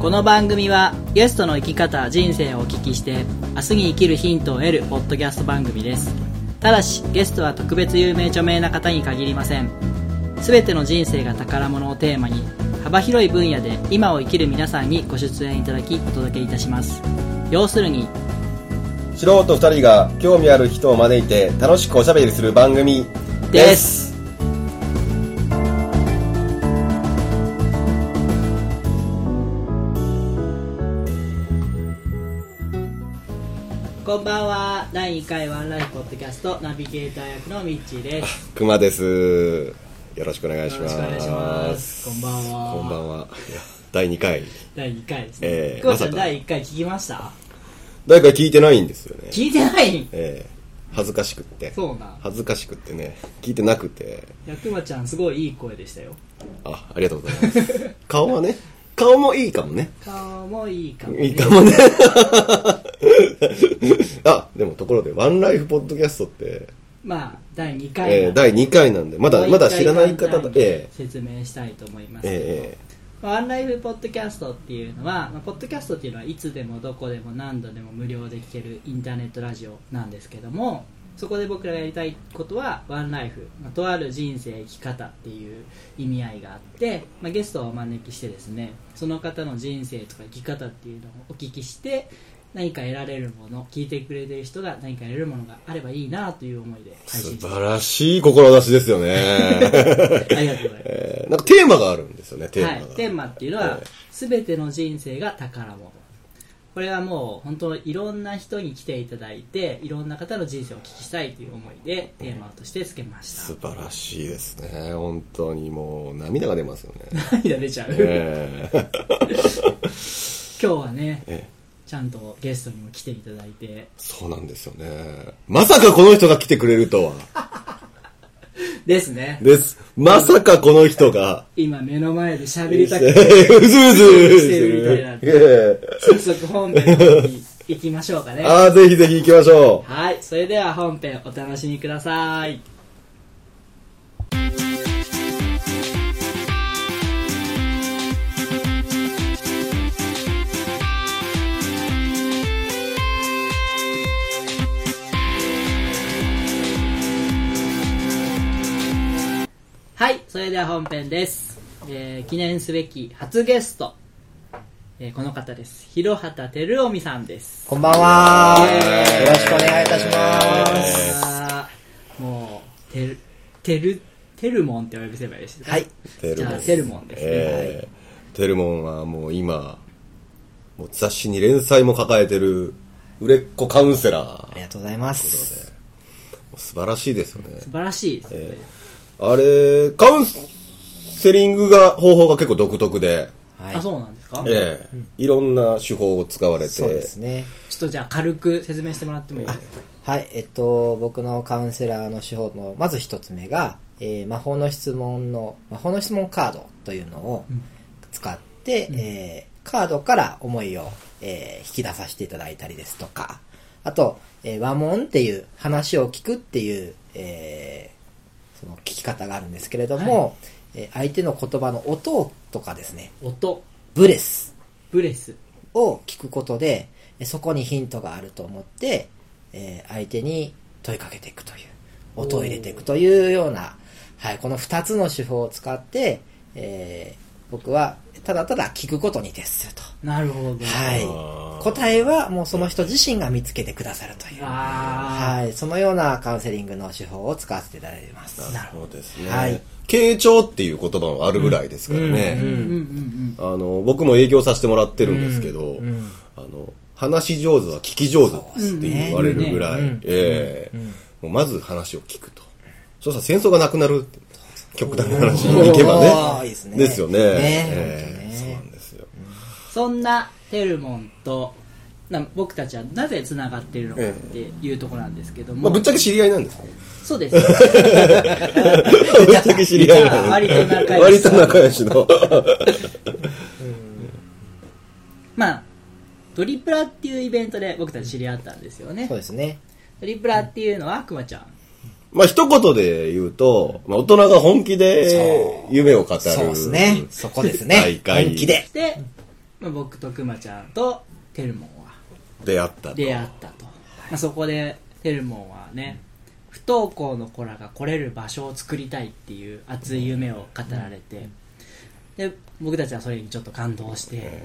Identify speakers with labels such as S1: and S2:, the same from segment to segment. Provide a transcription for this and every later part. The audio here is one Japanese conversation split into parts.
S1: この番組はゲストの生き方人生をお聞きして明日に生きるヒントを得るポッドキャスト番組ですただしゲストは特別有名著名な方に限りません全ての人生が宝物をテーマに幅広い分野で今を生きる皆さんにご出演いただきお届けいたします要するに
S2: 素人2人が興味ある人を招いて楽しくおしゃべりする番組
S1: ですこんばんは第2回ワンライフポッドキャストナビゲーター役のミッチーです
S2: くまですよろしくお願いします
S1: よろしくお願いしますこんばんは
S2: こんばんは第2回
S1: 第2回ですね、
S2: ええ
S1: くまちゃん
S2: まさか
S1: 第1回聞きました
S2: 誰か聞いてないんですよね
S1: 聞いてない
S2: ええ恥ずかしくって
S1: そうな
S2: 恥ずかしくってね聞いてなくて
S1: いやくまちゃんすごいいい声でしたよ
S2: あありがとうございます 顔はね顔もいいかもね
S1: 顔もいいかもね
S2: いい かもねあでもところでワンライフポッドキャストって
S1: まあ第2回
S2: えー第2回なんでまだまだ知らない方だ
S1: で
S2: え
S1: 説明したいと思いま
S2: え
S1: すけど、
S2: え
S1: まあワンライフポッドキャストっていうのは、まあ、ポッドキャストっていうのはいつでもどこでも何度でも無料で聴けるインターネットラジオなんですけどもそこで僕らがやりたいことはワンライフ、まあ、とある人生生き方っていう意味合いがあって、まあ、ゲストをお招きしてですねその方の人生とか生き方っていうのをお聞きして何か得られるもの聞いてくれてる人が何か得られるものがあればいいなという思いで配
S2: 素
S1: 信して
S2: 晴らしい志ですよ ね、
S1: ありがとうございます
S2: えーなんかテーマがあるんですよねテーマ
S1: は
S2: が、
S1: い、テーマっていうのは、
S2: え
S1: すべての人生が宝物これはもう本当いろんな人に来ていただいていろんな方の人生をお聞きしたいという思いでテーマとしてつけまし
S2: 素
S1: た
S2: 晴らしいですね本当にもう涙が出ますよね、
S1: 涙出ちゃう、
S2: ええ
S1: 今日はね、
S2: え
S1: ちゃんとゲストにも来ていただいて
S2: そうなんですよねまさかこの人が来てくれるとは
S1: ですね
S2: ですまさかこの人が
S1: 今目の前で喋
S2: え
S1: り
S2: ー
S1: た
S2: う
S1: く
S2: ずう
S1: て
S2: ず
S1: してるみたいなんで
S2: ええ
S1: 早速本編の方に行きましょう かね
S2: ああぜひぜひ行きましょう
S1: はい、それでは本編お楽しみください。はい、それでは本編です。えー記念すべき初ゲスト、えーこの方です。広畑照臣さんです。
S3: こんばんは
S1: イエー。イ
S3: よろしくお願いいたします。
S1: あーもう、てる、てる、てるもんってお呼びすればよろしいですか
S3: はい。
S2: テ
S1: じゃあ、てるもんですね。はい
S2: えーテルモンはもう今、もう雑誌に連載も抱えてる、売れっ子カウンセラ
S3: あ
S2: ー。
S3: りがとうございます。
S2: 素晴らしいですよね。
S1: 素晴らしいですね。
S2: あれ、カウンセリングが、方法が結構独特で、
S3: は
S1: あ、
S3: い。
S1: そうなんですか、ちょ
S2: ええいろんな手法を使われて、
S3: そうですね。
S1: っとじゃあ軽く説明してもらってもいいですか
S3: はい。えっと、僕のカウンセラーの手法の、まず一つ目が、えー魔法の質問の、魔法の質問カードというのを
S1: ん
S3: 使って、えーカードから思いを、えー引き出させていただいたりですとか、あと、えー和問っていう話を聞くっていう、えーその聞き方があるんですけれども、えー相手の言葉の音とかですね、
S1: 音、
S3: ブレス
S1: ブレス、
S3: を聞くことで、えそこにヒントがあると思って、えー相手に問いかけていくという、音を入れていくというような、はい、この二つの手法を使って、えー僕はただただ聞くことに徹すると。
S1: なるほど。
S3: は
S2: あー
S3: い。答えはもうその人自身が見つけてくださるという。
S1: あ
S3: はい。そのようなカウンセリングの手法を使わせていただいてます。
S2: そうですね。
S3: はい
S2: 傾聴っていう言葉もあるぐらいですからね。
S1: ーうんうんうん。
S2: あの、僕も営業させてもらってるんですけど、
S3: ん
S2: あの、話し上手は聞き上手って言われるぐらい、
S3: そうですね
S2: ええもうまず話を聞くと。そうしたら戦争がなくなるって、極端な話にいけば
S3: おー
S2: ね。
S3: いいですね
S2: ですよね。
S3: ね
S2: ええ
S3: 本当
S2: そう
S3: ね
S2: なんですよ。
S1: そんなテルモンと、な僕たちはなぜ繋がっているのかっていうところなんですけど
S2: ま
S1: も、
S2: あ、ぶっちゃけ知り合いなんですね。
S1: そうですね、
S2: ぶっちゃけ知り合いなんです。
S1: 割と仲良し
S2: 割と仲良しの。
S1: まあドリプラっていうイベントで僕たち知り合ったんですよね
S3: そうですね。
S1: ドリプラっていうのはくまちゃん
S2: まあ、一言で言うと、まあ、大人が本気で夢を語る。
S3: そうですね。そこですね。
S2: 大会
S3: 本気で
S1: そし。てまあ、僕とくまちゃんとテルモンは
S2: 出会ったと。
S1: 出会ったと、まあ、そこでテルモンはね不登校の子らが来れる場所を作りたいっていう熱い夢を語られてで僕たちはそれにちょっと感動して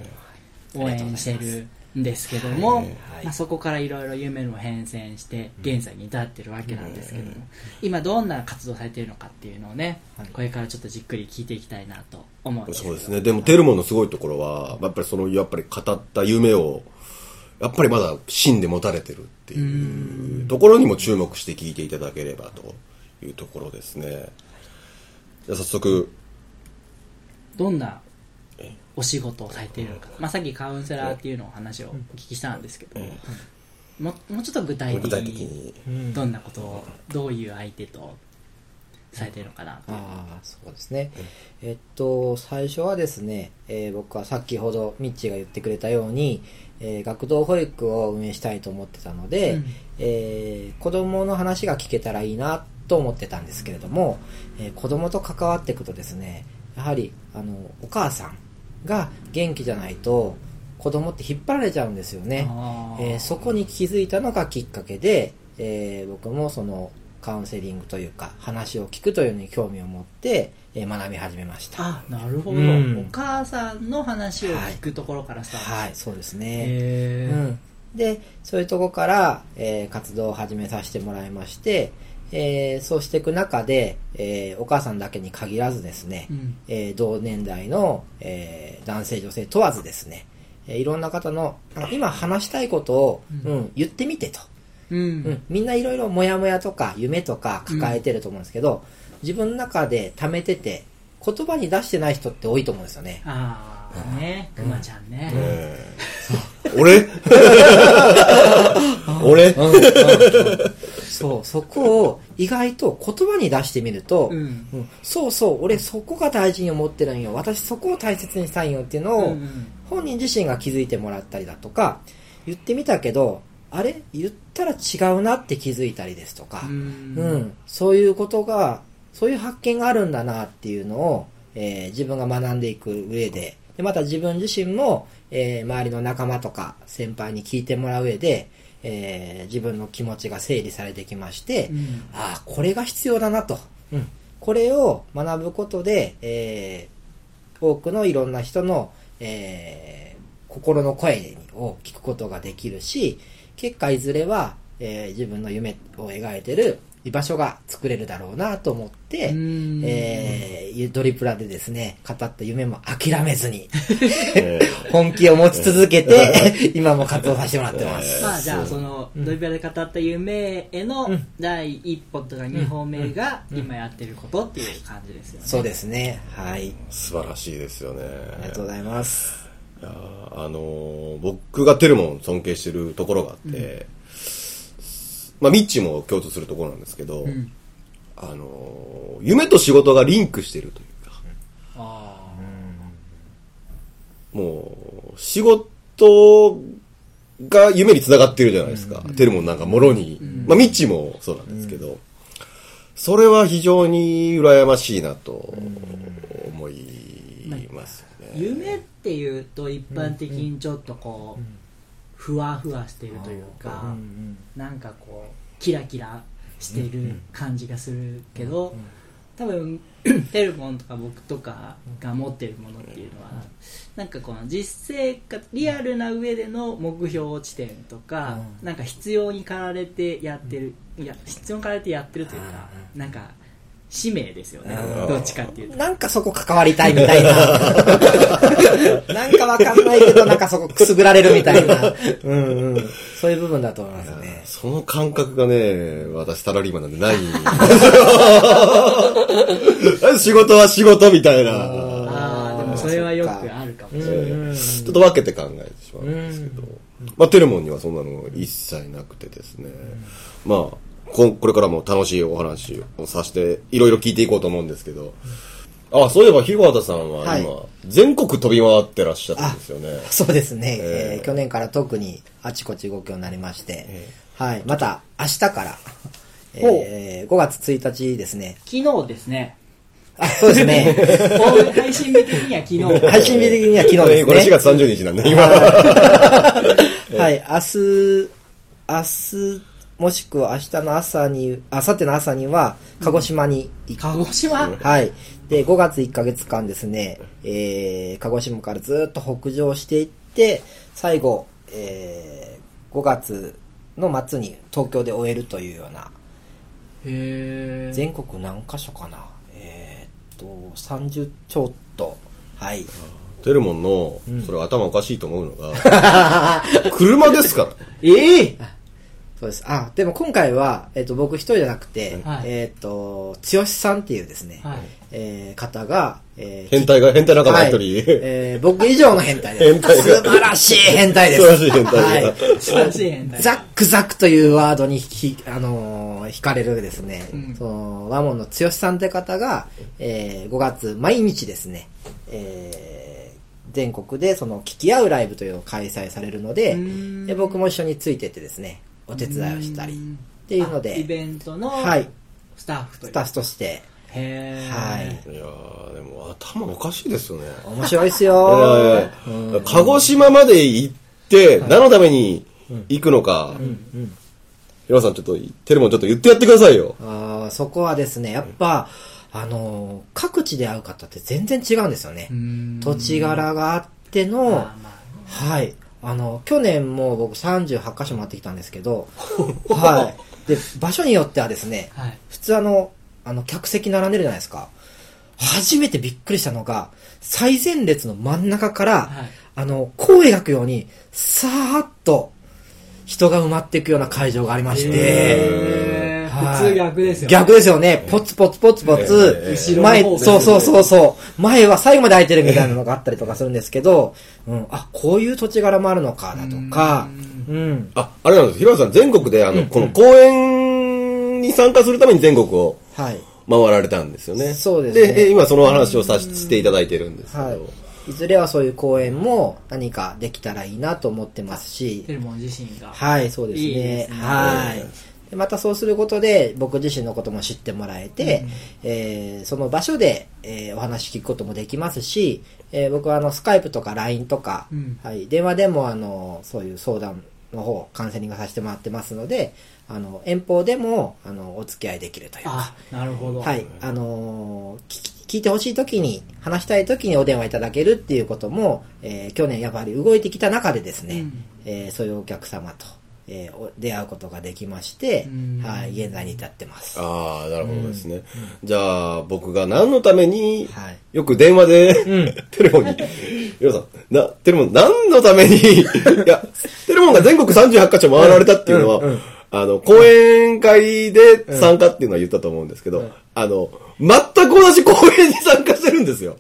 S1: 応援してるんですけども、
S2: はい
S3: はい
S1: まあ、そこからいろいろ夢も変遷して現在に至ってるわけなんですけども今どんな活動されてるのかっていうのをね
S3: はい
S1: これからちょっとじっくり聞いていきたいなと思うんですけ
S2: そ
S1: ど
S2: うですね。でも、テルモのすごいところは、やっぱりその、やっぱり語った夢を、やっぱりまだ芯で持たれてるっていうところにも注目して聞いていただければというところですね。じゃあ早速、
S1: どんなお仕事をされているのか、まあ、さっきカウンセラーっていうのを話をお聞きしたんですけど、ももうちょっと具体
S2: 具
S1: 的
S2: 体的
S1: に
S2: に。
S3: うん
S1: どんなことをどういう相手とされているのかなと
S3: ああそうですね、えっと最初はですね、えー僕は先ほどミッチーが言ってくれたように、えー学童保育を運営したいと思ってたので、
S1: うん
S3: えー子供の話が聞けたらいいなと思ってたんですけれども、えー子供と関わっていくとですねやはりあのお母さんが元気じゃないと子供って引っ張られちゃうんですよね。
S1: あー
S3: えーそこに気づいたのがきっかけで、えー僕もそのカウンセリングというか話を聞くというのに興味を持って、えー学び始めました
S1: あなるほど、
S3: うん
S1: お母さんの話を聞くところからさ、
S3: はいそうですね、
S1: へ
S3: う
S1: ー
S3: ん、でそういうとこから、えー活動を始めさせてもらいまして、えーそうしていく中で、えーお母さんだけに限らずですね、
S1: うん
S3: えー同年代の、えー男性女性問わずですね、えーいろんな方のなんか今話したいことを、
S1: うん
S3: うん、言ってみてと
S1: うん
S3: うん、みんないろいろモヤモヤとか夢とか抱えてると思うんですけど、自分の中で溜めてて言葉に出してない人って多いと思うんですよね。
S1: ああねくまちゃんね、
S2: えー 俺俺
S3: うんうんそう、そこを意外と言葉に出してみると、
S1: うん
S3: うんそうそう、俺そこが大事に思ってるんよ。私そこを大切にしたいんよっていうのを、
S1: うんうん
S3: 本人自身が気づいてもらったりだとか、言ってみたけど、あれ言ったら違うなって気づいたりですとか、
S1: うん
S3: うん、そういうことが、そういう発見があるんだなっていうのを、えー自分が学んでいく上で、でまた自分自身も、えー周りの仲間とか先輩に聞いてもらう上で、えー自分の気持ちが整理されてきまして、
S1: うん
S3: ああ、これが必要だなと。うん。これを学ぶことで、えー多くのいろんな人の、えー心の声を聞くことができるし、結果いずれは、えー自分の夢を描いてる居場所が作れるだろうなと思って、
S1: うん
S3: えードリプラでですね、語った夢も諦めずに、
S2: えー
S3: 本気を持ち続 けて、今も活動させてもらってます。
S1: まあじゃあそのドリブラで語った夢への第一歩とか二歩目が今やってることっていう感じですよね。
S3: そうですね。はい。
S2: 素晴らしいですよね。
S3: ありがとうございます。
S2: いやーあのー僕がテルモン尊敬してるところがあって、まあ、ミッチも共通するところなんですけど、
S1: うん
S2: あのー夢と仕事がリンクしてるというか、
S1: あ
S2: もう、仕事が夢につながってるじゃないですか。テルモンなんかもろに、まあ、ミッチもそうなんですけど、それは非常に羨ましいなと思います
S1: ー
S2: ね。
S1: 夢っていうと一般的にちょっとこうふわふわしてるというかなんかこうキラキラしてる感じがするけど多分 テルモンとか僕とかが持ってるものっていうのはなんかこの実生活リアルな上での目標地点とか、
S3: うん
S1: なんか必要に駆られてやってる、いや必要に駆られてやってるというか、なんか使命ですよね、
S3: う
S1: どっちかっていうと。
S3: なんかそこ関わりたいみたい な。なんかわかんないけど、なんかそこくすぐられるみたいな。 うんうん。そういう部分だと思いますね。
S2: その感覚がね、私サラリーマンなんでない。 仕事は仕事みたいな。
S1: ああ、でもそれはよくあるかもしれ
S3: う
S1: ない。
S3: ん
S2: ちょっと分けて考えてしまうんですけど。まあ、テルモンにはそんなの一切なくてですね。まあ、ここれからも楽しいお話をさせて、いろいろ聞いていこうと思うんですけど。あ、そういえば、広畑さんは今、
S3: は
S2: 全国飛び回ってらっしゃるんですよね。
S3: そうですね、
S2: え
S3: え
S2: ー
S3: ー去年から特にあちこち動くようになりまして、はい。また明日から、えー5月1日ですね、
S1: 昨日ですね、
S3: あ、そうですね。
S1: お配信日的には昨日。
S3: 配信日的には昨日ですね。
S2: これ4月30日なんで、今。
S3: はい、明日、明日、もしくは明日の朝に、あさっての朝には、鹿児島に行く。
S1: 鹿児島
S3: はい。で、5月1ヶ月間ですね、えー、鹿児島からずっと北上していって、最後、えー、5月の末に東京で終えるというような、
S1: へえ。
S3: 全国何箇所かなえー、っと、30ちょっと。はい。
S2: テルモンの、それ頭おかしいと思うのが、 車ですから。
S1: ええ
S3: そうです。あ、でも今回は、えっ、と、僕一人じゃなくて、
S1: はい
S3: えっ、と、剛さんっていうですね、
S1: はい
S3: えー方が、えー
S2: 変態が、変態仲間一
S3: はい
S2: 人。
S3: えー僕以上の変態です。
S2: 変態が
S3: 素晴らしい変態です。
S2: 素晴らしい変態
S1: 素
S2: が
S1: 晴らしい変
S3: は
S1: 態
S3: い、ザックザクというワードにひ、あのー惹かれるですね、
S1: うん
S3: その、ワモンの剛さんという方が、え5月毎日ですね、えー全国でその、聞き合うライブというのを開催されるので
S1: うーん、
S3: で僕も一緒についてってですね、お手伝いをしたり、
S1: うん
S3: っていうの
S1: あイ
S3: で、
S1: ベントの
S3: はい、
S1: スタッフとい
S3: ス
S1: う
S3: タッフとして、
S1: へえ
S3: はい。
S2: いやー、でも頭おかしいですよね。
S3: 面白いっす
S2: いやい
S3: よ
S2: やいや鹿児島まで行って、何のために行くのか、ヒロさんちょっと、テルモンちょっと言ってやってくださいよ。
S3: あーそこはですね、やっぱ、あのー各地で会う方って全然違うんですよね。土地柄があっての
S1: まあ、まあ
S3: はい。あの、去年も僕38箇所回ってきたんですけ ど、はい。で、場所によってはですね、
S1: はい
S3: 普通あの、あの、客席並んでるじゃないですか。初めてびっくりしたのが、最前列の真ん中から、
S1: はい
S3: あの、弧を描くように、さーっと、人が埋まっていくような会場がありまして、
S1: へえ
S3: はい
S1: 普通逆ですよ
S3: 逆ですよね。ポツポツポツポツ、
S2: え
S1: ー
S3: 前
S1: 後ろの方、
S3: そうそうそうそう。前は最後まで空いてるみたいなのがあったりとかするんですけど、うん、あ、こういう土地柄もあるのか、だとか、うん、
S2: あ、あれなんです。ヒロさん全国で、あの、この公演に参加するために全国を
S3: はい。
S2: 回られたんですよね。
S3: そうですね
S2: え今その話をさせていただいてるんですけど。
S3: はい。いずれはそういう公演も何かできたらいいなと思ってますし
S1: テ、ルモン自身が
S3: はい、そうですね。
S1: いいですね
S3: はい。でまたそうすることで、僕自身のことも知ってもらえて、えーその場所で、えーお話聞くこともできますし、えー僕はあの、スカイプとか LINE とか、
S1: うん
S3: はい、電話でもあの、そういう相談の方、カウンセリングさせてもらってますので、あの、遠方でも、あの、お付き合いできるというか
S1: あ、なるほど
S3: はい、あのー聞き聞いてほしいときに、話したいときにお電話いただけるっていうことも、えー去年やっぱり動いてきた中でですね、
S1: うん
S3: えーそういうお客様と、えーお出会うことができまして
S1: うん、
S3: はい、現在に至ってます。は
S2: ああ、なるほどですね。じゃあ、僕が何のために、
S3: い。
S2: よく電話で、
S3: うん
S2: テレモンに、ヒロさん、な、テレモン、何のため に、いや、テレモンが全国38カ所回られたっていうのは、あの、講演会で参加っていうのは言ったと思うんですけど、あの、全く同じ講演に参加してるんですよ。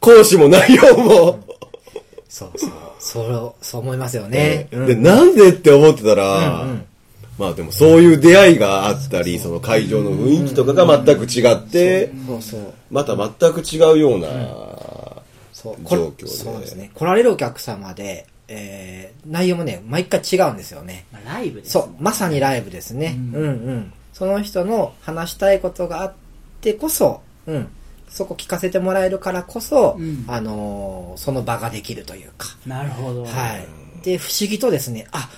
S2: 講師も内容も。
S3: そうそう。そう、そう思いますよね。うん
S2: で、なんでって思ってたら、まあでもそういう出会いがあったり、その会場の雰囲気とかが全く違って、
S3: そうそう。
S2: また全く違うような、
S3: そうこれ
S2: 状況で
S3: そうですね。来られるお客様で、えー内容もね、毎回違うんですよね。
S1: まあライブです
S3: そ
S1: もん
S3: う、まさにライブですね。
S1: う
S3: うんん、うん、その人の話したいことがあってこそ、うん、そこ聞かせてもらえるからこそ、
S1: うん
S3: あのーその場ができるというか。
S1: なるほど
S3: はい。で、不思議とですね、あ、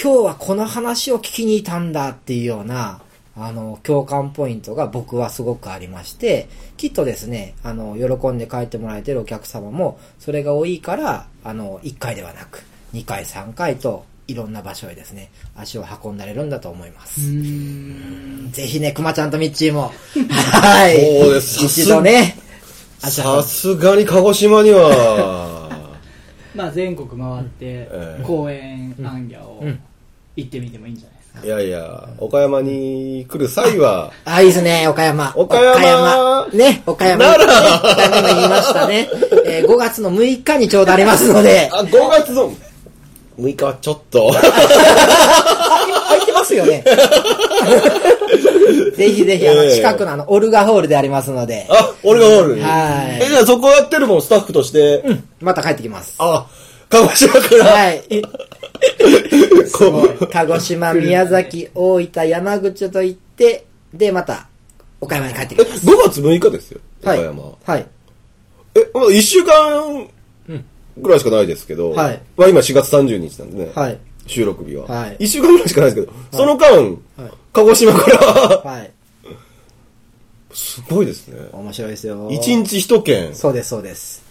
S3: 今日はこの話を聞きにいたんだっていうような、あの、共感ポイントが僕はすごくありまして、きっとですね、あの、喜んで帰ってもらえてるお客様も、それが多いから、あの、1回ではなく、2回、3回と、いろんな場所へですね、足を運んだれるんだと思いま
S1: う
S3: す。
S1: ーん
S3: ぜひね、くまちゃんとみっち ーも、はい。
S2: そうです
S3: 一度ね、足を運ん
S2: さすがに鹿児島に は、
S1: まあ全国回って
S2: ええ
S1: 公演アンギャを
S3: うん
S1: 行ってみてもいいんじゃないですか
S2: いやいや、岡山に来る際は、
S3: あ、いいですね、岡山。
S2: 岡山
S3: ね、岡山。奈良ね、今言いましたね。えー5月の6日にちょうどありますので、
S2: あ、5月の6日はちょっと、
S3: 空いてますよね。 ぜひぜひ、あ
S2: え
S3: の、
S2: え
S3: 近くのあの、オルガホールでありますので、
S2: あ、俺がホールに。
S3: はい
S2: え、じゃあそこやってるもん、スタッフとして、
S3: また帰ってきます。
S2: あ、鹿児島から、
S3: はい。
S2: こう、
S3: 鹿児島、宮崎、大分、山口と行って、で、また、岡山に帰って
S2: え、
S3: き
S2: 5
S3: ま
S2: 月
S3: す。
S2: 6日ですよ。
S3: はい。
S2: 岡山。
S3: はい。
S2: え、まだ1週間ぐらいしかないですけど、
S3: はい
S2: まあ今4月30日なんでね、
S3: はい。
S2: 収録日は。
S3: はい
S2: 1週間ぐらいしかないですけど、その間、
S3: はい。
S2: 鹿児島から、
S3: はい。
S2: すごいですね。
S3: 面白いですよ。
S2: 1日1県、
S3: そうです、そうです。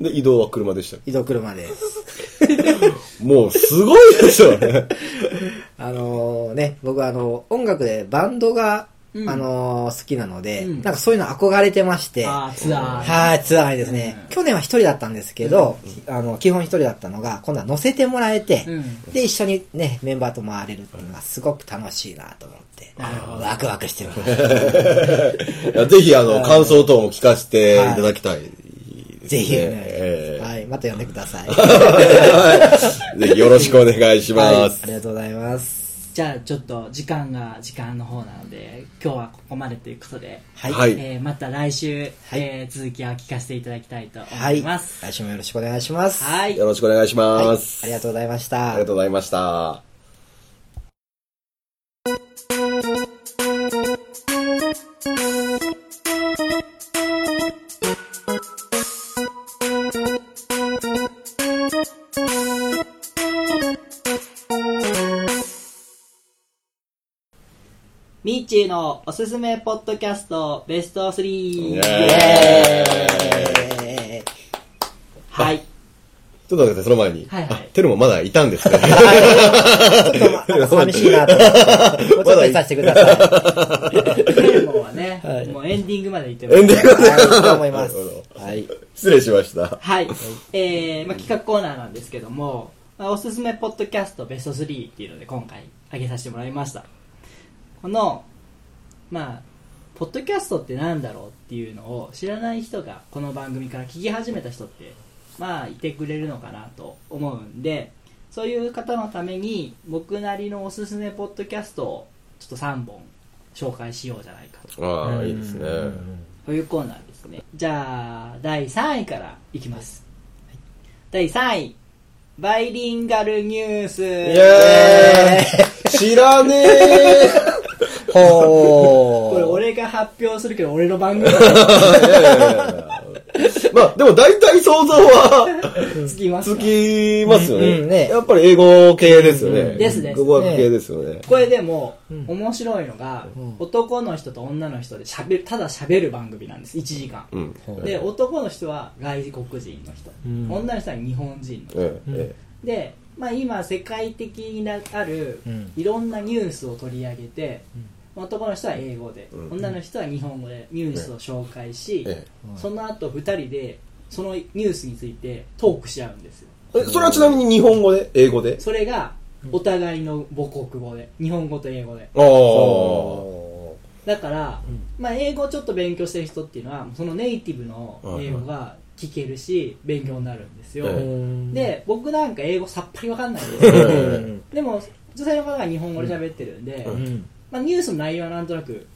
S2: で移動は車でしたっ
S3: 移動車です。
S2: けもうすごいですよね。
S3: あのーね、僕はあの、音楽でバンドが、
S1: うん
S3: あのー好きなので、
S1: うん
S3: なんかそういうの憧れてまして、
S1: あーツアー
S3: はい、ツアーにですね、去年は一人だったんですけど、あの、基本一人だったのが、今度は乗せてもらえて、
S1: うん
S3: で、一緒にね、メンバーと回れるっていうのがすごく楽しいなと思って、ワクワクしてます。
S2: いやぜひ、あの、感想等も聞かせていただきたいですね。
S3: ぜひ、
S2: え
S3: はい、また呼んでください。
S2: えぜひよろしくお願いし
S3: はい、
S2: ま
S3: あ
S2: す。
S3: りがとうございます。
S1: じゃあちょっと時間が時間の方なので今日はここまでということで、
S3: はい。
S2: はい
S1: えーまた来週、
S3: はい
S1: えー続きは聞かせていただきたいと
S3: は
S1: 思
S3: い。
S1: います。
S3: 来週もよろしくお願いします。
S1: はい
S2: よろしくお願いし
S3: はい。
S2: ま
S3: あ
S2: す。
S3: りがとうございまし
S2: あ
S3: た
S2: りが。とうございました。
S1: ミッチーのおすすめポッドキャストベスト
S2: イ
S1: 3
S2: エーイ
S3: えー
S1: はい
S2: ちょっと待って、その前に。
S1: はいはい
S2: あテルもまだいたんですね。
S3: ちょっ と、ま、寂しいなと思って。もうちょっといさせてくだ さい。
S1: 最後はね、
S3: はい
S1: もうエンディングまで行ってま
S2: エン
S1: す
S2: ディングで。
S3: はい、と思います。はい。
S2: 失礼しました。
S1: はい、えーまあ、企画コーナーなんですけども、まあおすすめポッドキャストベスト3っていうので今回挙げさせてもらいましたこのまあポッドキャストってなんだろうっていうのを知らない人がこの番組から聞き始めた人ってまあいてくれるのかなと思うんでそういう方のために僕なりのおすすめポッドキャストをちょっと3本紹介しようじゃないかと
S2: ああ、いいですね。
S1: というコーナーですねじゃあ第3位からいきます、第3位バイリンガルニュース
S2: イエーイ知らねえ
S3: ほ
S1: こ
S3: ー。
S1: れ俺が発表するけど俺の番組が
S2: いやいやいやいやまあ、でも大体想像は
S1: つきます
S2: つ
S1: か
S2: きますよね。
S3: うんうんね
S2: やっぱり英語系ですよね。
S3: うん
S1: ですです
S2: 語学系ですよね。
S1: これでも、
S3: ん
S1: 面白いのが、
S3: ん
S1: 男の人と女の人でしゃべるただ喋る番組なんです1時間、
S2: うん。
S3: うん
S1: で男の人は外国人の人、
S3: うん
S1: 女の人は日本人の人、
S2: えええ
S1: で、まあ、今世界的になある
S3: うん
S1: いろんなニュースを取り上げて、男の人は英語で、
S2: うん
S1: 女の人は日本語でニュースを紹介し、
S2: ええ
S1: その後2人でそのニュースについてトークし合うんですよ
S2: え。それはちなみに日本語で英語で
S1: それがお互いの母国語で日本語と英語で
S2: ああ。
S3: ほ
S1: だから、まあ、英語をちょっと勉強してる人っていうのはそのネイティブの英語が聞けるし勉強になるんですよ、
S2: ええ
S3: ー。
S1: で僕なんか英語さっぱりわかんないんですよ
S3: う
S2: え
S3: ん、
S1: でも女性の方が日本語で喋ってるんで、
S2: う
S3: うん。
S1: まあ、ニュースの内容はなんとなく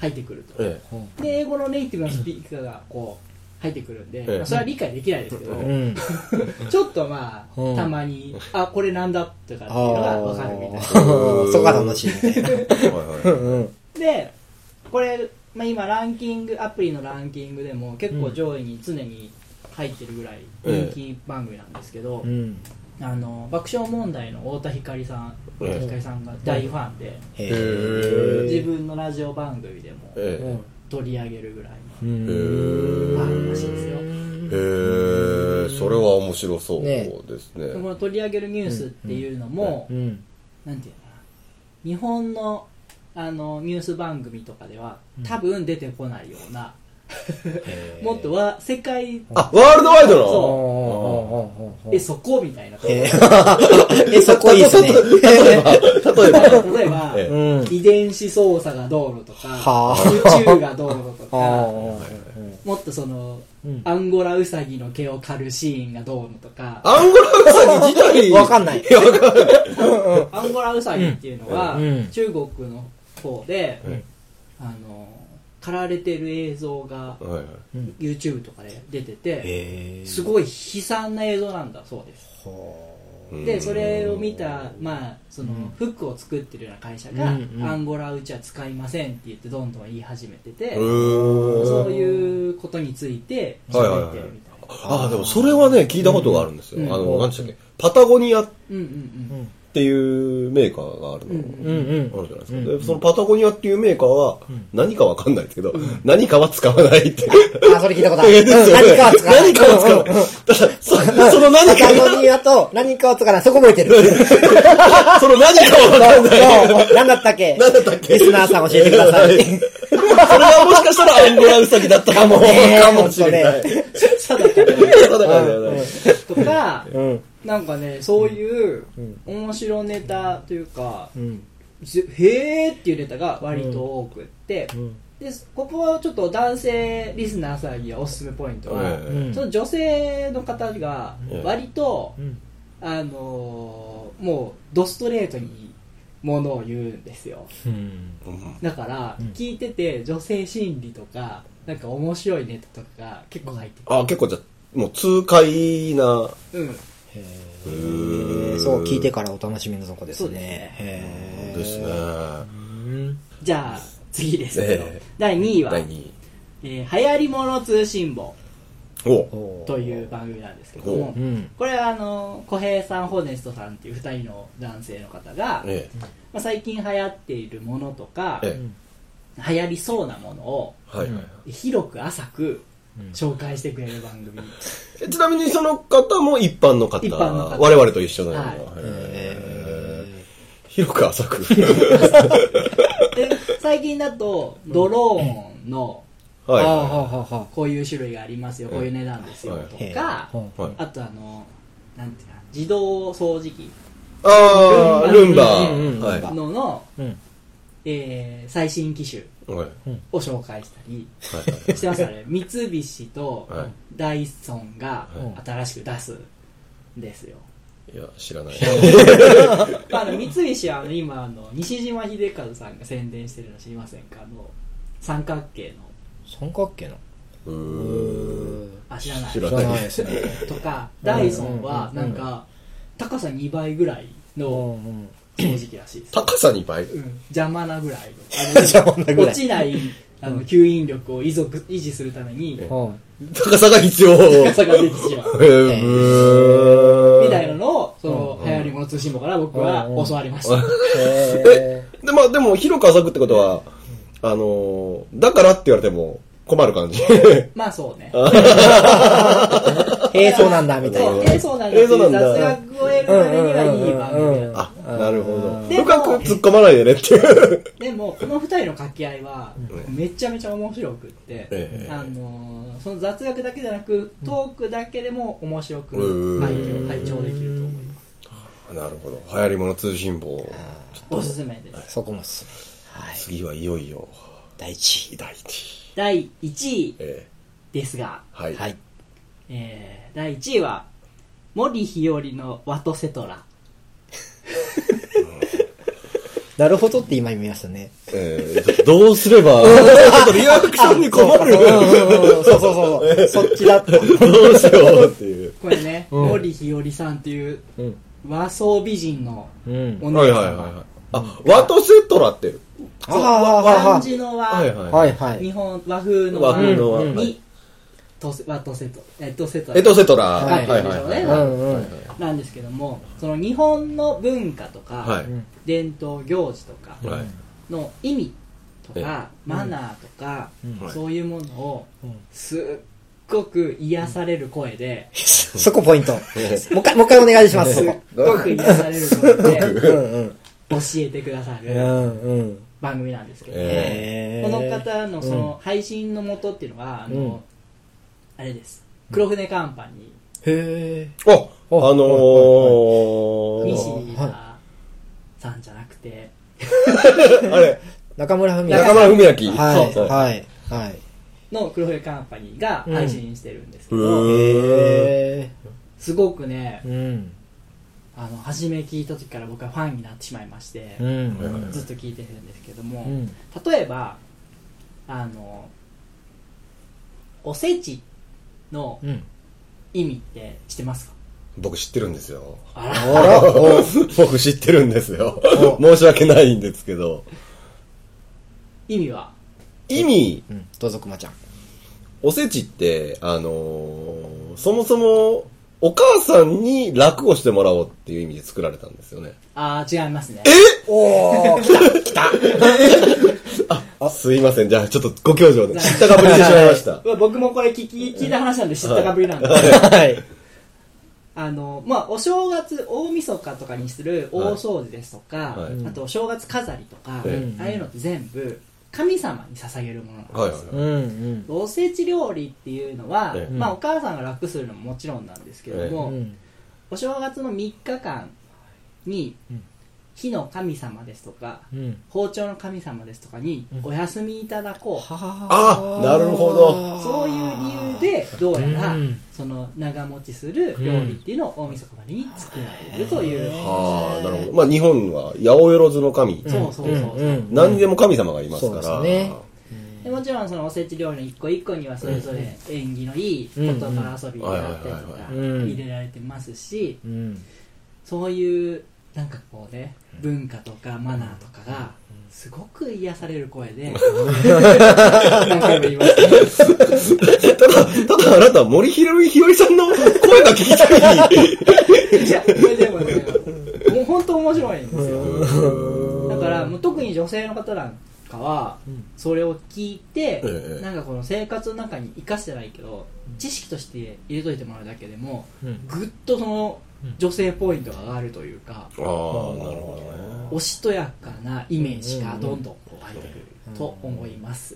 S1: 入ってくると、
S2: え
S1: で英語のネイティブのスピーカーがこう入ってくるんで、
S2: ええ
S1: まあ、それは理解できないですけど、
S3: うん。
S1: ちょっとまあ、
S3: うん
S1: たまにあこれなんだとかっていう
S3: あ
S1: のが
S3: あ
S1: 分かるみたいな
S3: ー。そこが楽しいみたいな。
S2: えはいは
S3: う
S2: い
S3: んうん。
S1: でこれ、まあ、今ランキングアプリのランキングでも結構上位に常に入ってるぐらい人気番組なんですけど、
S3: うん。
S1: あの爆笑問題の太田光さん
S2: ええ
S1: 太田光さんが大ファンで、
S3: へ
S2: え
S1: 自分のラジオ番組でも
S2: ええ
S1: 取り上げるぐらいの
S3: うん。
S2: へ
S1: あるらしいですよ
S2: え、それは面白そう
S3: ね
S2: ですね。
S1: でこの取り上げるニュースっていうのも、
S3: うん。
S1: なんていうのかな日本のあのニュース番組とかでは多分出てこないような、もっとは世界
S2: あ、ワールドワイド
S1: そう
S2: の
S3: おーおーおーおーおー
S1: えそこみたいな、
S3: えーえ、そこいいですね。
S2: 例 えば、
S1: 例えば、
S2: え
S3: うん。は
S1: 遺伝子操作がどうのとか、
S3: は
S1: 宇宙がどうのと
S3: あ
S1: か
S3: ー。
S1: もっとその、
S3: うん
S1: アンゴラウサギの毛を刈るシーンがどうのとか
S2: アンゴラウサギ自体。
S3: わかんない。
S1: アンゴラウサギっていうのは、
S3: うん
S1: 中国の方で、あの刈られてる映像が
S2: はいはい
S1: YouTube とかで出てて、
S3: へ
S1: すごい悲惨な映像なんだそうです
S2: うん
S1: でそれを見た、まあ、その
S3: うん
S1: フックを作ってるような会社が、
S3: うんうん
S1: アンゴラうちは使いませんって言ってどんどん言い始めてて、
S2: へー
S1: そういうことについて喋ってるみたいな、
S2: ああ、でもそれはね、聞いたことがあるんですよ。
S1: うん
S2: あの、何でしたっけ、パタゴニアっ
S1: うんうん
S2: ていうメーカーがあるの。
S1: うん
S3: うんうん
S2: あるじゃないですか、
S3: うん
S2: でそのパタゴニアっていうメーカーは何かわかんないですけど、何かは使わないって。
S3: あ、それ聞いたことある。うん
S2: ですよね
S3: 何かは使わない。
S2: 何かは使わないただそその何か
S3: パタゴニアと何かを使わない。そこ覚え てる。
S2: その何かはわかんない。
S3: 何だったっけ
S2: 何だったっけ
S3: リスナーさん教えてください。
S2: それはもしかしたらアンゴラウサギだったかも。
S3: かもね
S2: かもしれない。
S1: そうだったね
S2: そうだからね
S1: とか
S3: うん。
S1: なんかねそういう面白ネタというか、
S3: うん。
S1: じへーっていうネタが割と多くって、
S3: うん。
S1: でここはちょっと男性リスナーさんにはおすすめポイントは、
S2: ええ
S1: その女性の方が割と、
S3: うん。
S1: あのーもうドストレートにものを言うんですよ
S3: うん。
S2: うん
S1: だから
S3: うん
S1: 聞いてて女性心理とかなんか面白いネタとかが結構入って
S2: あ、結構じゃあもう痛快な。
S1: くる、うん、
S3: へーそう、聞いてからお楽しみのとこです
S1: そうですね
S3: ね。へー
S2: ですね。。
S3: うん
S1: じゃあ次ですけど、
S2: ええ
S1: 第2位は
S2: 第2位。
S1: 「えー流行り物通信簿
S2: お」
S1: という番組なんですけど
S2: お
S1: も
S2: う
S3: うん。
S1: これはあの小平さんホネストさんっていう2人の男性の方が、
S2: ええ
S1: まあ、最近流行っているものとか、
S2: ええ
S1: 流行りそうなものを
S2: はいはいはい。
S1: 広く浅く紹介してくれる番 組、
S2: えちなみにその方も一般の方。
S1: 一般の方
S2: 我々と一緒なの。
S1: はい
S2: へ
S3: へ
S2: ー広く浅く。
S1: で最近だとドローンの
S3: ーはあ
S2: は
S3: はあはあは
S1: こういう種類がありますよこういう値段ですよ
S2: はい
S1: と
S3: あへー
S1: か
S3: ほう
S2: はい
S1: あとあのなんていうかな自動掃除機
S2: い。ああ、ルンバ。
S3: うんうんうん
S2: はい
S3: ルン
S1: のの、
S3: うん。
S1: えー最新機種
S2: はい。
S1: を紹介したり
S2: はいはい
S1: してますよ ね三菱と
S2: はい
S1: ダイソンが
S3: はい
S1: 新しく出すんですよ、
S2: いや、知らない。
S1: まあ、あの三菱はあの今あの西島秀和さんが宣伝してるの知りませんかあの三角形の
S3: 三角形の
S2: うーん
S1: あ知らない
S2: 知ら
S3: 知らないです ね。
S1: とかダイソンは
S3: うん
S1: なんか高さ2倍ぐらいうの
S3: んうん。
S1: 掃除機らしいです、
S2: 高さ2倍
S1: うん、邪魔なぐらい の
S3: じゃあ、こんな
S1: あの
S3: ぐら
S1: 落
S3: い。
S1: ちないあの吸引力を維続維持するために
S3: は
S2: 高さが必要。
S1: 高さが出てしまう
S2: えーブー
S1: みたいなのをその流行り物通信簿から僕は
S3: うん
S1: 教わりました
S3: いへ
S2: で、まあでも広く浅くってことは、あのー、だからって言われても困る感じ。
S1: まあそうね
S3: ー。へー、そうなんだ、みたい
S1: そ
S3: な
S1: う。えーそうなんだっていう雑学を得るためにはいい番
S3: うん
S1: 組
S3: うんうん
S1: だ
S3: う
S2: あ、
S3: ん
S2: なるほど。
S1: でも
S2: 深く突っ込まないでねって いう。
S1: でもこの2人の掛け合いはめちゃめちゃ面白くって、
S2: ええ
S1: あのーその雑学だけじゃなくトークだけでも面白
S2: う
S1: く
S2: ん
S1: 拝聴拝聴できると思います
S2: なるほど。流行り物通信簿。
S1: おすすめです
S3: そこもっす。はい。
S2: 次はいよいよ、
S3: 第一位。
S2: 第一。
S1: 第1位
S2: え
S1: ですが、
S2: ーはい。
S3: はい。
S1: えー第1位は森日和のワトセトラ
S3: なるほどって今見ましたね。
S2: え ーどうすれ ば、ちょっとリアクションに困る。
S3: そうそうそうそう。そっちだった。
S2: どうしようっていう。
S1: これね、
S3: うん
S1: 森日和さんっていう
S3: うん。
S1: 和装美人の
S3: うん。
S1: お
S2: はい
S1: 姉さん
S2: はいはいはい。あ、ワトセトラって。
S3: ああ、
S1: 漢字の和、
S2: はいはい。
S3: はいはい
S1: 日。本和風の和
S2: 和風の和。
S3: うん
S2: はい
S1: に、とせワトセトえっとセトラ
S2: エトセトラ。
S1: は
S2: はいいはい
S3: うん
S2: は
S3: うん。
S1: なんですけどもその日本の文化とか、
S2: はい
S1: 伝統行事とか
S2: い。はい。
S1: の意味とか、
S3: え
S1: マナーとか、
S2: うん
S1: そういうものをすっごく癒される声で、
S3: そこポイント。もう一回、もう一回お願いします。
S1: すっごく癒される声で
S3: うんうん。
S1: 教えてくださ
S3: う
S1: る
S3: んうん。
S1: 番組なんですけど、
S2: え
S1: この方のその配信の元っていうのは、あの
S3: うん
S1: あれです黒船カンパニ
S3: へ
S2: ーあ、あ
S3: お
S2: の
S1: ー
S2: ー、
S1: 西田さんじゃなくて
S2: あれ、
S3: ー。中村文
S2: 中村文明。
S3: はい
S2: そう
S3: はいはい。
S1: の黒船カンパニーが配信してるんですけど、
S2: うん
S3: へ
S1: すごくね
S3: ー。うん。
S1: あの初め聞いた時から僕はファンになってしまいまして、
S3: うん。
S1: ずっと聞いてるんですけど
S3: う
S1: も、
S3: ん。
S1: 例えばあのおせちの
S3: うん。
S1: 意味って知ってますか
S2: 僕知ってるんですよ。
S3: あら、
S2: 僕知ってるんですよ。 申し訳ないんですけど。
S1: 意味は
S2: 意味、
S3: うん、どうぞ、くまちゃん。
S2: おせちって、あのーそもそも、お母さんに楽をしてもらおうっていう意味で作られたんですよね。
S1: あー違いますね
S3: おー、来た、来た。
S2: あ、すいません。じゃあ、ちょっとご教授で。知ったかぶりしてしまいました。
S1: うわ僕もこれ聞き聞いた話なんで知ったかぶりなんで、
S3: はい。
S1: あのまあお正月大晦日とかにする大掃除ですとか、
S2: はい
S3: はい
S1: あとお正月飾りとか、
S2: うん
S1: ああいうのって全部神様に捧げるものなんですよ、
S2: はいはいはい
S3: うん、うん。
S1: おせち料理っていうのは、
S2: ええ
S1: まあ、お母さんが楽するのももちろんなんですけれど
S3: う
S1: も、
S3: ん
S1: お正月の3日間に
S3: うん
S1: 火の神様ですとか
S3: うん。
S1: 包丁の神様ですとかに
S3: うん
S1: お休みいただこう、
S2: あなるほど
S1: そういう理由でどうやら、
S3: うん
S1: その長持ちする料理っていうのを大晦日までに作られるという、
S3: へ
S2: はあ、なるほど。まあ、日本は、八百万の神。
S1: そうそうそうそう、
S2: 何にでも神様がいますから。
S3: そうですね
S1: でもちろんそのおせち料理の一個一個にはそれぞれ縁起のいい言葉遊びであったりとか
S3: うん
S1: 入れられてますし
S3: うん。
S1: そういうなんかこうね文化とかマナーとかがすごく癒される声 で何回も言いますね
S2: ただ、 ただあなた、森ひろひよりさんの声が聞きたい。
S1: いやこれでもねもう本当面白いんですよだからもう特に女性の方なんかは
S3: うん
S1: それを聞いて
S2: ええ
S1: なんかこの生活の中に生かしてないけど知識として入れといてもらうだけでも
S3: うん。
S1: ぐっとその女性ポイントが上がるというか
S2: ああ、なるほどね。
S1: おしとやかなイメージがどんどんこう湧いてくると思います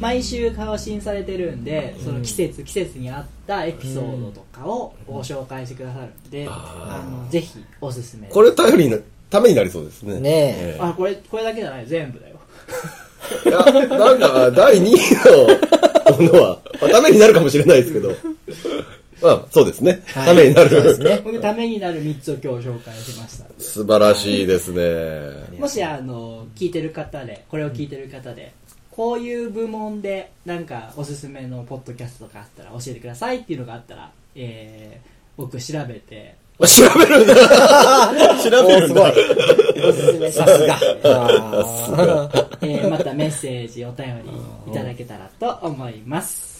S1: 毎週更新されてるんでその季節季節に合ったエピソードとかをご紹介してくださるんで
S2: あ
S1: あ
S2: ー
S1: のぜひおすすめ
S2: これ頼りな、ためになりそうですね。
S3: ねえ
S1: あこれこれだけじゃない全部だよ
S2: いや、なんか、第2位のものは、まあためになるかもしれないですけど。まあ、そうですね。
S3: はい
S2: ためにな
S3: そう
S2: る。
S3: ですね。
S1: 僕ためになる3つを今日紹介しました
S2: 素晴らしいですね。
S1: もしあの聞いてる方でこれを聞いてる方でこういう部門でなんかおすすめのポッドキャストとかあったら教えてくださいっていうのがあったら、えー僕調べて
S2: まあ調べるん だ調べるんだ
S3: おーす
S1: おすすめし
S3: さ
S1: ますす
S3: が
S1: が、。
S3: あー
S1: えーまたメッセージお便りいただけたらと思います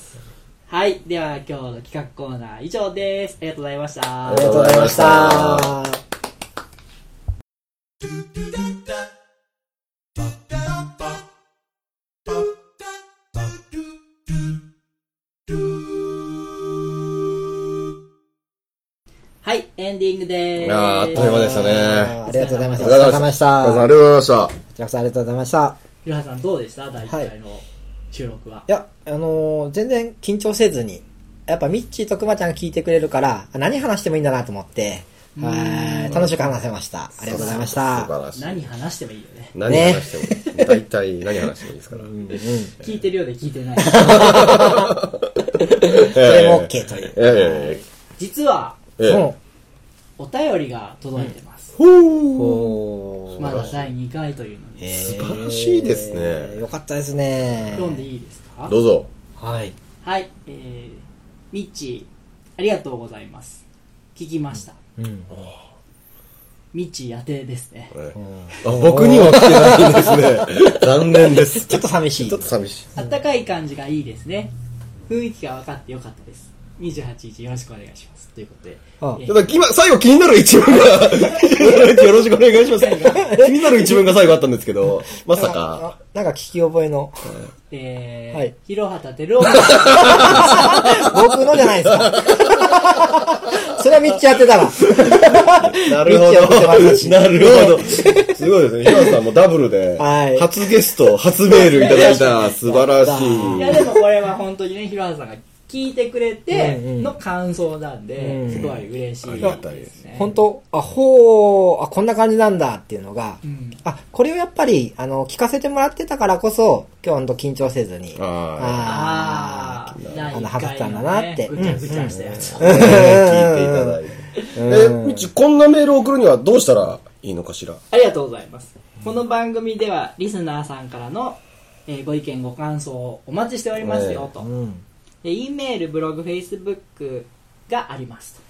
S1: はいでは今日の企画コーナー以上ですありがとうございました
S2: あ
S3: ありがとうございました。
S1: はいエンディングです
S2: あーあっという間でしたね
S3: ありがとうございました。
S2: お
S3: お
S2: 疲
S3: 疲
S2: れ
S3: れ
S2: 様
S3: 様
S2: で
S3: で
S2: し。
S3: し
S2: 皆
S3: たた。
S2: さんあ
S3: こ
S2: りがとうございました。
S3: ちらこそありがとうございました。
S1: ひろはさんどうでした第1回の収録は、
S3: いや、あのー全然緊張せずに、やっぱミッチーとクマちゃんが聞いてくれるから、あ何話してもいいんだなと思って、はい楽しく話せました。ありがとうございまし
S2: 素晴
S3: た。
S2: らしい。
S1: 何話してもいいよね
S2: 何話しても、ね、大体何話してもいいですから。
S1: 聞いてるようで聞いてない
S2: そ
S3: それも OK という。
S2: ええ
S1: 実は
S2: ええ
S3: も
S1: お便りが届いてます、
S3: う、おー
S1: まだ第2回というのに、
S3: 素
S2: 晴らしいですね
S3: よかったですね。
S1: 読んでいいですか
S2: どうぞ。
S3: はい。
S1: はいえー、ミッチーありがとうございます聞きました、
S3: うん。
S1: ミッチー宛てですね
S2: ええあ僕には来てないんですね。残念です。
S3: ちょっと寂しい。
S2: ちょっと寂しい。
S1: あったかい感じがいいですね雰囲気が分かってよかったです28日よろしくお願いしますということで
S3: あ
S1: え
S2: た
S1: ー
S2: だ今、最後気になる一文が 気になる、よろしくお願いします。気になる一文が最後あったんですけど、まさか、
S3: あ。なんか聞き覚えの。
S1: えー
S3: はい
S1: 広畑照夫
S3: 僕のじゃないで すか。それはミッチー当てだわ。
S2: なるほ
S3: 道を送ってました
S2: ど。
S3: し
S2: なるほど。すごいですね。ひなさんもダブルで
S3: はい、
S2: 初ゲスト、初メールいただいた。素晴らし
S1: い
S2: い。
S1: やでもこれは本当にね、ひろはさんが聞いてくれて
S3: うんうん
S1: の感想なんで、
S3: うん
S1: すごい嬉しい、
S2: ありがたいです
S1: ね
S3: 本当あ、ほう、あ、こんな感じなんだっていうのが、
S1: うん
S3: あ、これをやっぱり、あの、聞かせてもらってたからこそ、今日ほんと緊張せずに。
S2: は
S1: あ
S3: あ
S1: ー
S3: ー
S1: 第一回のね
S3: 話せたんだなって。
S1: ぐちゃぐちゃしたやつ
S2: い。聞いていただいて。え、みち、こんなメールを送るにはどうしたらいいのかしら
S1: ありがとうございますこの番組ではリスナーさんからの、えーご意見ご感想をお待ちしておりますよと、
S3: うん。
S1: で E メールブログフェイスブックがありますと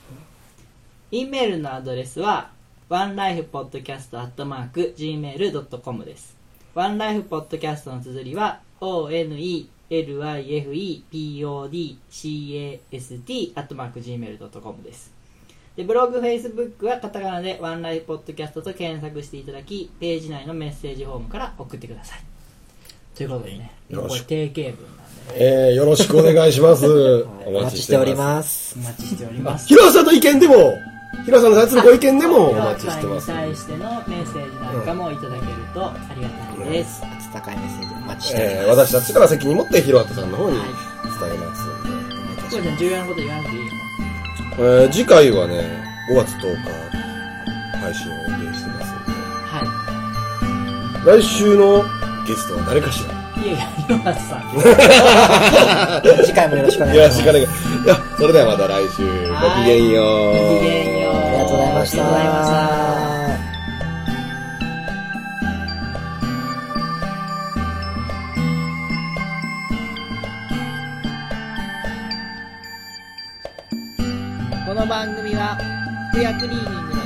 S1: インメールのアドレスは onelifepodcast.gmail.com です。onelifepodcast の綴りは onelifepodcast.gmail.com です。でブログ、フェイスブックはカタカナでワンライフポッドキャストと検索していただき、ページ内のメッセージフォームから送ってください。ということでね、
S2: よろ
S1: これ
S2: しく
S1: 定型文なんで、
S2: えー、よろしくお願いします。
S3: お
S2: お
S3: 待
S2: 待
S3: ち
S2: ち
S3: し
S2: してて
S3: お
S2: お
S3: り
S2: ります。
S3: ます。
S1: お待ちしております。
S2: 広瀬さんの意見でも、広瀬さんに対するご意見でもお待ちしてま
S1: に
S2: す。
S1: 対してのメッセージなんかもいただけるとありがたいです。
S3: 温かいメッセージお待ちしており
S2: え
S3: ま
S2: ー、
S3: す。
S2: 私たちから責任持って広畑さんの方に
S1: は
S2: 伝
S1: い
S2: えますんで。
S1: こうちゃん重要なこと言わなくていいよ。
S2: えー次回はね、5月10日配信を予定してますん
S1: は
S2: で、来週のゲストは誰かしら
S1: い。いやいや、広松さん。
S3: 次回もよろしくお願いし
S2: よ
S3: ま
S2: ろ
S3: す。
S2: しくお願い。いや、それではまた来週。ごきげんよう。
S1: ごきげんよう
S3: ありがとうございまし
S1: ありがとうござ
S3: た。
S1: いましたこの番組は、服薬クリーニングの